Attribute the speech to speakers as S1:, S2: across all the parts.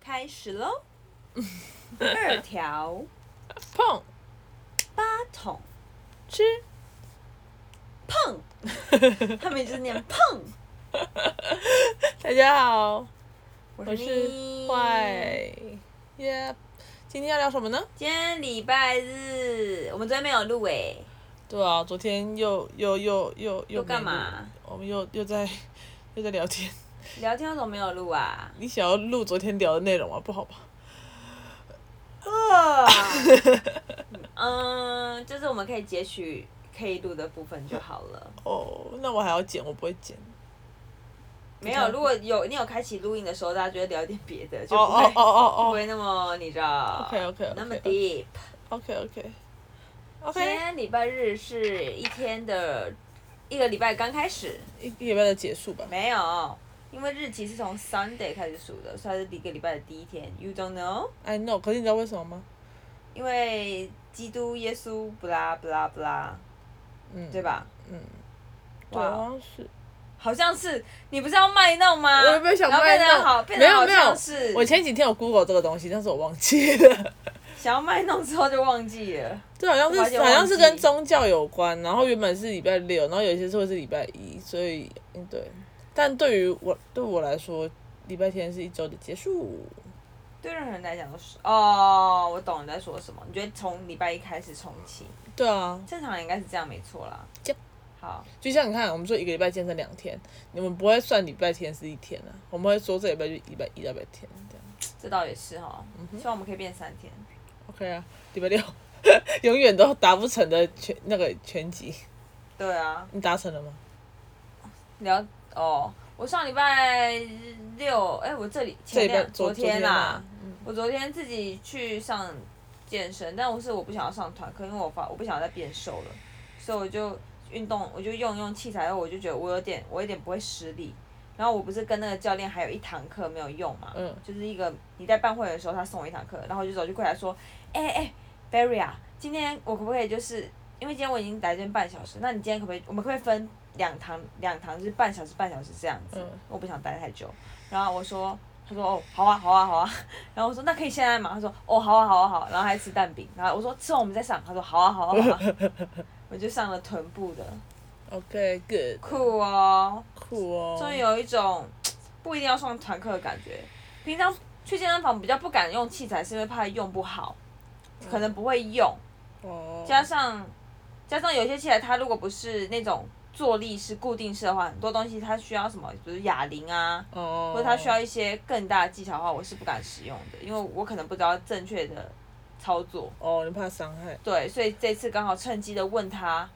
S1: 开始喽。二条
S2: 碰
S1: 八筒
S2: 吃，
S1: 碰，他们就是念碰。
S2: 大家好，
S1: 我
S2: 我
S1: 是
S2: 是
S1: 你
S2: 坏耶。今天要聊什么呢？
S1: 今天礼拜日，我们昨天没有录诶，
S2: 对啊，昨天又又又又又
S1: 又干
S2: 没录
S1: 嘛？
S2: 我们又又在 又在聊天。
S1: 聊天为什么没有录啊？
S2: 你想要录昨天聊的内容吗？不好吧？啊
S1: 呃， 嗯，就是我们可以截取可以录的部分就好了。
S2: 哦，那我还要剪，我不会剪。
S1: 没有，如果有你有开启录音的时候，大家就会聊点别的，就
S2: 哦
S1: 不会、
S2: 哦哦
S1: 不
S2: 哦哦
S1: 会那么你知道
S2: OK，OK，OK，OK
S1: 那么 deep。
S2: ，OK OK
S1: 今
S2: OK，
S1: 天礼拜日是一天的一个礼拜刚开始，
S2: 一一个礼拜的结束吧。
S1: 没有，因为日期是从 Sunday 开始数的，所以它是一个礼拜的第一天。You don't know，
S2: I know，可是你知道为什么吗？
S1: 因为基督耶稣不啦不啦不啦，
S2: 嗯，
S1: 对？吧？
S2: 嗯，对，啊
S1: 哇
S2: 好像是。
S1: 好像是你不是要卖弄吗？
S2: 我有没有想
S1: 然后
S2: 卖
S1: 变得
S2: 弄
S1: 好，变
S2: 没
S1: 得
S2: 有
S1: 好
S2: 没有
S1: 像是
S2: 我前几天有 Google 这个东西，但是我忘记了。
S1: 想要卖弄之后就忘记了。
S2: 这好像
S1: 我完全
S2: 是
S1: 忘
S2: 好
S1: 记
S2: 像是跟宗教有关，然后原本是礼拜六，然后有一些是会是礼拜一，所以嗯对。但对于我对我来说，礼拜天是一周的结束。
S1: 对任何人来讲都是哦，我懂你在说什么。你觉得从礼拜一开始重启，
S2: 对啊，
S1: 正常人应该是这样没错啦
S2: 这样。
S1: 好，
S2: 就像你看，我们说一个礼拜健身两天，你们不会算礼拜天是一天啊，我们会说这礼拜就礼拜一到礼拜天这样。
S1: 这倒也是哈，
S2: 嗯
S1: 希望我们可以变三天。
S2: OK 啊，礼拜六 永远都达不成的全那个全集，
S1: 对啊，
S2: 你达成了吗？
S1: 聊哦，我上礼拜六，哎、我这里
S2: 这
S1: 前
S2: 礼拜
S1: 两
S2: 昨
S1: 天啦、
S2: 啊，嗯
S1: 我昨天自己去上健身，但我是我不想要上团课，因为我发我不想再变瘦了，所以我就运动，我就用用器材，然后我就觉得我有点我有点不会施力。然后我不是跟那个教练还有一堂课没有用嘛，
S2: 嗯
S1: 就是一个你在办会的时候，他送我一堂课，然后我就走去柜台说，哎、哎、b a r r y 啊，今天我可不可以就是因为今天我已经来这边半小时，那你今天可不可以我们可不可以分两堂两堂就是半小时半小时这样子？
S2: 嗯
S1: 我不想待太久。然后我说，他说哦，好啊好啊好啊， 然后我说那可以现在吗？他说哦好啊好啊好啊，然后还吃蛋饼，然后我说吃完我们再上，他说好啊好啊 好啊，我就上了臀部的，
S2: ，OK，good，、
S1: 酷哦，
S2: 酷哦。
S1: 终于有一种不一定要上团课的感觉。平常去健身房比较不敢用器材，是因为怕用不好，
S2: 嗯
S1: 可能不会用，
S2: 哦，
S1: 加上加上有些器材它如果不是那种坐立式固定式的话，很多东西它需要什么，比如哑铃啊，
S2: 哦，
S1: 或者它需要一些更大的技巧的话，我是不敢使用的，因为我可能不知道正确的操作。
S2: 哦，你怕伤害，
S1: 对，所以这次刚好趁机的问他，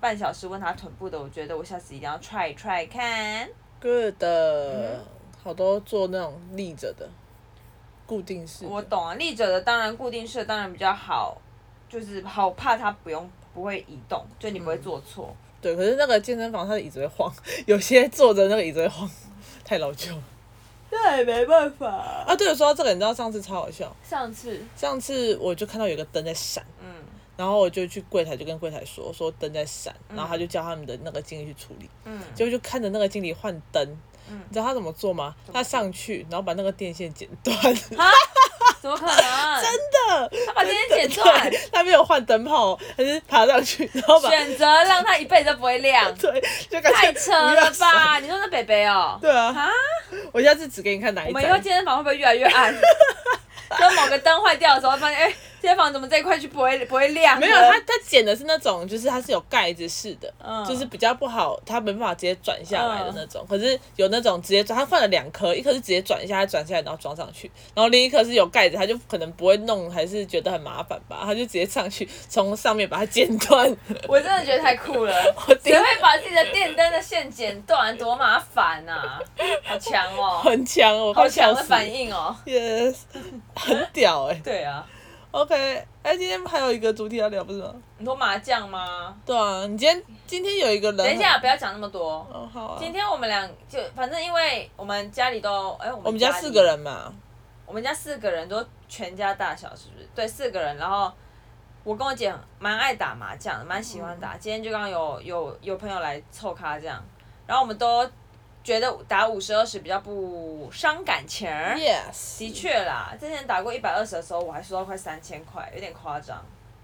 S1: 半小时问他臀部的，我觉得我下次一定要 try try 看。
S2: good，、好
S1: 嗯
S2: 多做那种立着的，固定式的，
S1: 我懂啊，立着的当然固定式的当然比较好，就是好怕它不用不会移动，就你不会做错。
S2: 对，可是那个健身房它的椅子会晃， 有些坐着那个椅子会晃，太老旧了
S1: 那也没办法。
S2: 啊。对了，说到这个，你知道上次超好笑，
S1: 上次，
S2: 上次我就看到有一个灯在闪，
S1: 嗯，
S2: 然后我就去柜台就跟柜台说说灯在闪，然后他就叫他们的那个经理去处理，
S1: 嗯
S2: 结果就看着那个经理换灯。
S1: 嗯
S2: 你知道他怎么做吗？
S1: 么做
S2: 他上去，然后把那个电线剪断，
S1: 怎么可能？真的？他把今天剪断，
S2: 对，他没有换灯泡哦，他是爬上去，然后把，
S1: 选择让它一辈子都不会亮
S2: 对，就感觉
S1: 太扯
S2: 不
S1: 了
S2: 要闪
S1: 吧？你说那北北哦，
S2: 对啊，
S1: 啊，
S2: 我下次只给你看哪
S1: 我
S2: 一
S1: 们以后
S2: 盏。
S1: 健身房会不会越来越 暗？就某个灯坏掉的时候，发现哎，健身房怎么这一块区不会不会亮？
S2: 没有，它它剪的是那种，就是它是有盖子式的，
S1: 嗯
S2: 就是比较不好，它没办法直接转下来的那种。可是有那种直接转，它换了两颗，一颗是直接转一下，它转下来然后装上去，然后另一颗是有盖子，它就可能不会弄，还是觉得很麻烦吧，它就直接上去从上面把它剪断。
S1: 我真的觉得太酷了，
S2: 顶
S1: 谁会把自己的电灯的线剪断？多麻烦 呐、好强哦，
S2: 很强，我
S1: 好
S2: 快
S1: 强
S2: 笑
S1: 的
S2: 死。
S1: 反应哦。
S2: Yes，很屌哎、
S1: 对啊，
S2: OK，哎、今天还有一个主题要聊不是吗？
S1: 你说麻将吗？
S2: 对啊，你今天今天有一个人，
S1: 等一，下，不要讲那么多。
S2: 哦好啊，
S1: 今天我们俩就反正因为我们家里都哎、我们
S2: 我们
S1: 家
S2: 家
S1: 里
S2: 四个，人嘛，
S1: 我们家四个人都全家大小是不是？对，四个人。然后我跟我姐蛮爱打麻
S2: 嗯
S1: 将的，蛮喜欢打。今天就刚刚有有有朋友来凑咖这样，然后我们都觉得打五十二十比较不伤感情儿。
S2: Yes，
S1: 的，确啦，之前打过一百二十的时候，我还输到快三千块，有点夸张。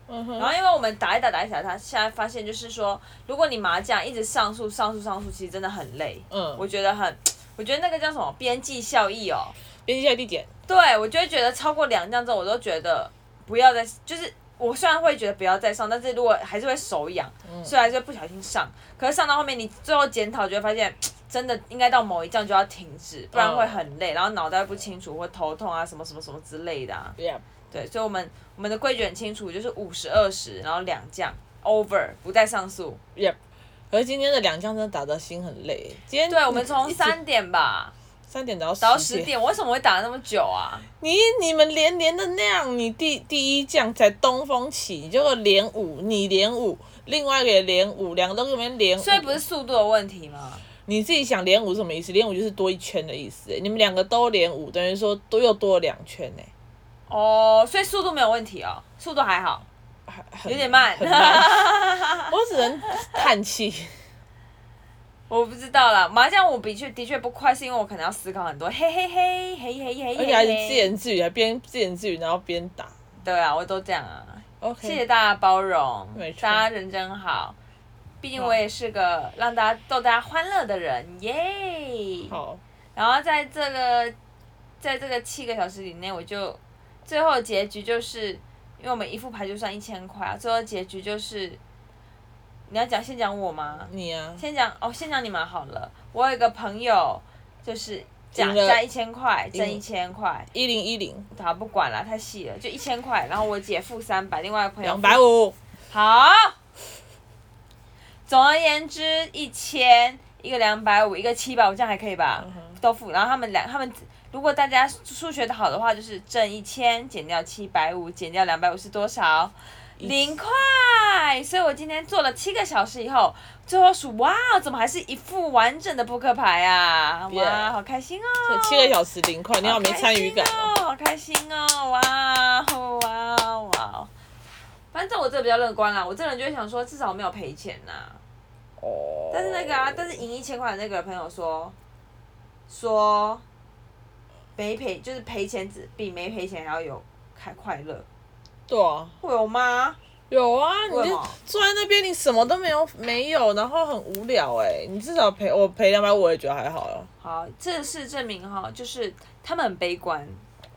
S2: 嗯
S1: 然
S2: 哼，
S1: 后因为我们打一打打一打，他现在发现就是说，如果你麻将一直上诉上诉上诉，其实真的很累。我
S2: 嗯，
S1: 觉得很，我觉得那个叫什么边际效益哦。
S2: 边际效益地点，
S1: 对，我就会觉得超过两将之后，我都觉得不要再，就是我虽然会觉得不要再上，但是如果还是会手痒，所以还是会不小心上。可是上到后面，你最后检讨就会发现，真的应该到某一将就要停止，不然会很累，然后脑袋不清楚或头痛啊，什么什么什么之类的啊。
S2: Yeah，
S1: 对，所以我们我们的规矩很清楚，就是五十二十，然后两将 over 不再上诉。
S2: Yep，可是今天的两将真的打得心很累。今天
S1: 对，我们
S2: 一
S1: 从
S2: 直
S1: 三点吧
S2: 三点打
S1: 到
S2: 到
S1: 十
S2: 10。
S1: 点，我为什么会打那么久啊？
S2: 你你们连连的那样，你第第一将才东风起，你就连五，你连五，另外一个也连五，两个都给我们连五。
S1: 所以不是速度的问题吗？
S2: 你自己想连五是什么意思？连五就是多一圈的意思、欸。你们两个都连五，等于说都又多了两圈呢、欸
S1: 哦，所以速度没有问题哦，速度还好，
S2: 很
S1: 有点慢
S2: 很慢。 我只能叹气。
S1: 我不知道啦。麻将我的确的确不快，是因为我可能要思考很多，嘿嘿嘿，嘿嘿嘿
S2: 而且还
S1: 嘿
S2: 是自
S1: 嘿。
S2: 言自语，还边自言自语，然后边打。
S1: 对啊，我都这样啊。
S2: OK，
S1: 谢谢大家包容
S2: 没，错
S1: 大家人真好。毕竟我也是个让大家逗大家欢乐的人，耶！
S2: 好，
S1: 然后在这个，在这个七个小时里内，我就最后结局就是，因为我们一副牌就算一千块啊，最后结局就是，你要讲先讲我吗？
S2: 你啊，
S1: 先讲哦，先讲你们好了。我有一个朋友，就是讲
S2: 赢了
S1: 加一千块，挣
S2: 赢
S1: 一千块，
S2: 一零一零，
S1: 好不管了，太细了，就一千块。然后我姐付三百，另外一个朋友
S2: 两百。五。
S1: 好，总而言之，一千，一个两百五，一个七百，我这样还可以吧？
S2: 嗯
S1: 都付。然后他们两，他们如果大家数学的好的话，就是挣一千减掉七百五，减掉两百五是多少？零块，所以我今天做了七个小时以后，最后数，哇，怎么还是一副完整的扑克牌啊？哇，
S2: Yeah
S1: 好开心哦！
S2: 七个小时零块，你好
S1: 好
S2: 没参与感哦。
S1: 开心哦！好开心哦！哇哇哇！反正我这个比较乐观啦，我这个人就会想说，至少没有赔钱呐、
S2: 哦
S1: 但是那个啊，但是赢一千块的那个朋友说，说没赔，就是赔钱只比没赔钱还要有快快乐。
S2: 对啊，
S1: 会有吗？
S2: 有啊，你
S1: 为什
S2: 就
S1: 么
S2: 坐在那边，你什么都没有没有，然后很无聊哎、你至少赔我赔两百，我也觉得还好啊了。
S1: 好，这是证明哈，就是他们很悲观，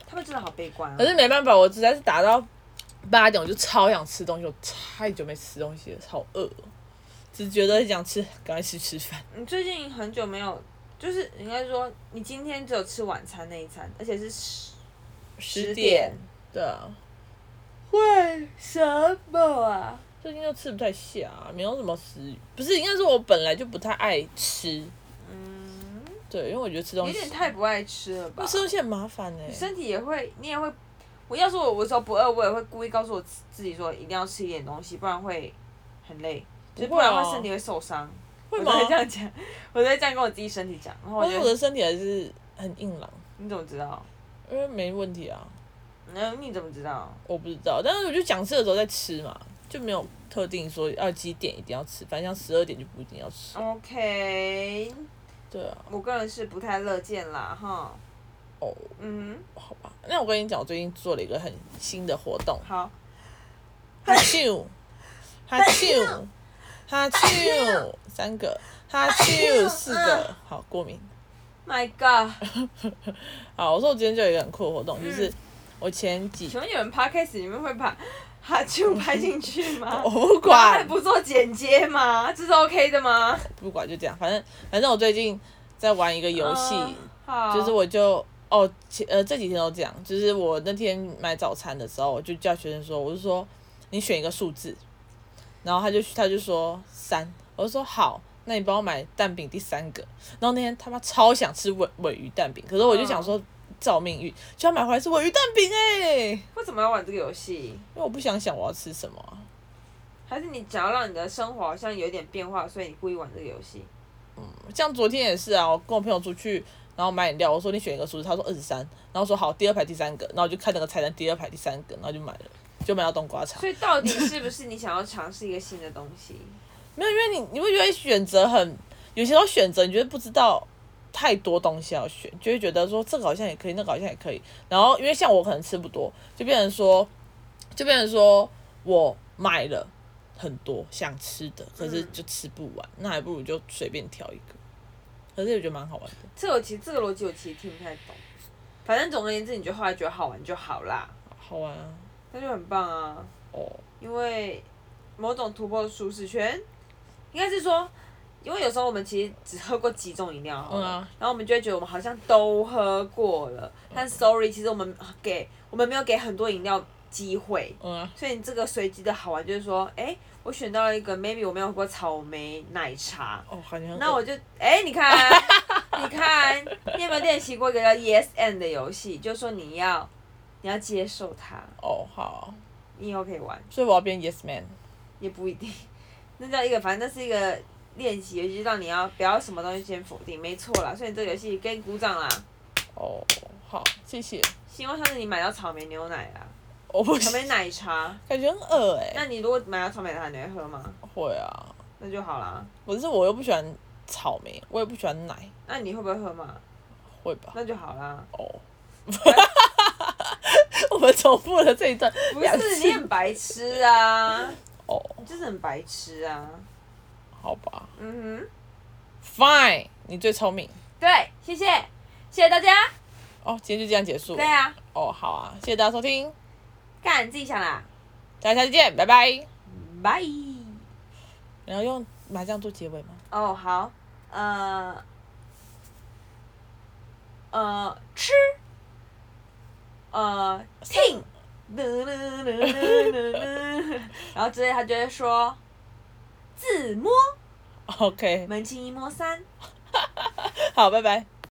S1: 他们真的好悲观、啊。
S2: 可是没办法，我实在是打到八点，我就超想吃东西，我太久没吃东西了，超饿哦，只觉得想吃，赶快去吃饭。
S1: 你最近很久没有，就是应该说你今天只有吃晚餐那一餐，而且是十
S2: 10
S1: 10点。
S2: 对啊，
S1: 为什么啊？
S2: 最近又吃不太下、啊没有什么食欲。不是，应该是我本来就不太爱吃，
S1: 嗯，
S2: 对，因为我觉得吃东
S1: 有
S2: 西
S1: 点太不爱吃了吧
S2: 吃？东西很麻烦哎、
S1: 身体也会，你也会。我要说我有时候不饿，我也会故意告诉我自自己说一定要吃一点东西，不然会很累，就是
S2: 不
S1: 不
S2: 会
S1: 然
S2: 啊
S1: 会身体会受伤。
S2: 会
S1: 我
S2: 吗
S1: 都？会这样讲， 我都会这样跟我自己身体讲。然后我
S2: 但是
S1: 觉
S2: 我
S1: 得
S2: 的身体还是很硬朗，
S1: 你怎么知道？
S2: 因为没问题啊。
S1: 那你怎么知道？
S2: 我不知道，但是我就想吃的时候再吃嘛，就没有特定说要几点一定要吃，反正像十二点就不一定要吃。
S1: OK，
S2: 对啊，
S1: 我个人是不太乐见啦，哈。
S2: 哦，
S1: 嗯，
S2: 好吧。那我跟你讲，我最近做了一个很新的活 动，
S1: 好，
S2: 哈啾，哈啾，哈啾，三个，哈啾，四个，
S1: 嗯
S2: 好，过敏。
S1: My God，
S2: 好，我说我今天就有一个很酷的活
S1: 嗯
S2: 动，就是我前几
S1: 请问有人 podcast 里面会把哈啾拍进去 吗？
S2: 我不
S1: 他还
S2: 哦管，
S1: 不做剪接吗？这是 OK 的吗？
S2: 不管就这样，反正反正我最近在玩一个游戏，
S1: 嗯好，
S2: 就是哦我就哦，前呃这几天都这样，就是我那天买早餐的时候，我就叫学生说，我就说你选一个数字，然后他就他就说三，我就说好，那你帮我买蛋饼第三个。然后那天他妈超想吃尾尾鱼蛋饼，可是我就想说照命运，就要买回来是尾鱼蛋饼哎、
S1: 为什么要玩这个游戏？
S2: 因为我不想想我要吃什么啊、
S1: 还是你想要让你的生活好像有点变化，所以你故意玩这个游戏？
S2: 像昨天也是啊，我跟我朋友出去，然后买饮料，我说你选一个数字，他说二十三，然后说好，第二排第三个，然后我就看那个菜单，第二排第三个，然后就买了，就买到冬瓜茶。
S1: 所以到底是不是你想要尝试一个新的东西？
S2: 没有，因为你你会觉得选择很，有些时候选择你觉得不知道太多东西要选，就会觉得说这个好像也可以，那个好像也可以。然后因为像我可能吃不多，就变成说，就变成说我买了很多想吃的，可
S1: 嗯
S2: 是就吃不完，那还不如就随便挑一个。可是我觉得蛮好玩的。
S1: 这个其实这个逻辑我其实听不太懂。反正总而言之，你就后来觉得好玩就好啦，
S2: 好玩啊！
S1: 那就很棒啊。
S2: 哦，
S1: 因为某种突破舒适圈，应该是说，因为有时候我们其实只喝过几种饮料好
S2: 嗯
S1: 了，
S2: 啊，
S1: 然后我们就会觉得我们好像都喝过了，但 sorry，其实我们给我们没有给很多饮料机会，
S2: 嗯啊，
S1: 所以你这个随机的好玩就是说，哎、我选到了一个 maybe 我没有喝过草莓奶茶，
S2: 哦，感觉很
S1: 那
S2: 恶
S1: 我就哎、你看，啊 你看，你有没有练习过一个叫 yes and 的游戏？就是说你要你要接受它，
S2: 哦好，
S1: 你以后可以玩，
S2: 所以我要变 yes man。
S1: 也不一定。 那叫一个，反正那是一个练习，游戏，让你要不要什么东西先否定，没错啦。所以你这个游戏给你鼓掌啦，
S2: 哦，好，谢谢。
S1: 希望下次你买到草莓牛奶啦，
S2: 我不
S1: 草
S2: 行，
S1: 莓奶茶。
S2: 感觉很恶哎、
S1: 那你如果买到草莓奶茶，你会喝吗？
S2: 会啊，
S1: 那就好啦。
S2: 可是我又不喜欢草莓，我也不喜欢奶，
S1: 那你会不会喝嘛？
S2: 会吧？
S1: 那就好啦。
S2: 哦， 我们重复了这一段
S1: 不
S2: 两
S1: 是，你
S2: 次。
S1: 很白痴啊，
S2: 哦，
S1: 你就是很白痴啊。
S2: 好吧
S1: 嗯哼。
S2: ，Fine，你最聪明。
S1: 对，谢谢，谢谢大家。
S2: 哦，今天就这样结束了
S1: 对。啊，
S2: 哦，好啊，谢谢大家收听，
S1: 干你自己想啦，
S2: 大家下次见，拜拜。
S1: 拜。
S2: 然后用麻将做结尾吗？
S1: 哦，好，呃，呃，吃，呃，听，然后之类他就会说，自摸，
S2: OK，
S1: 门清一摸三。
S2: 好，拜拜。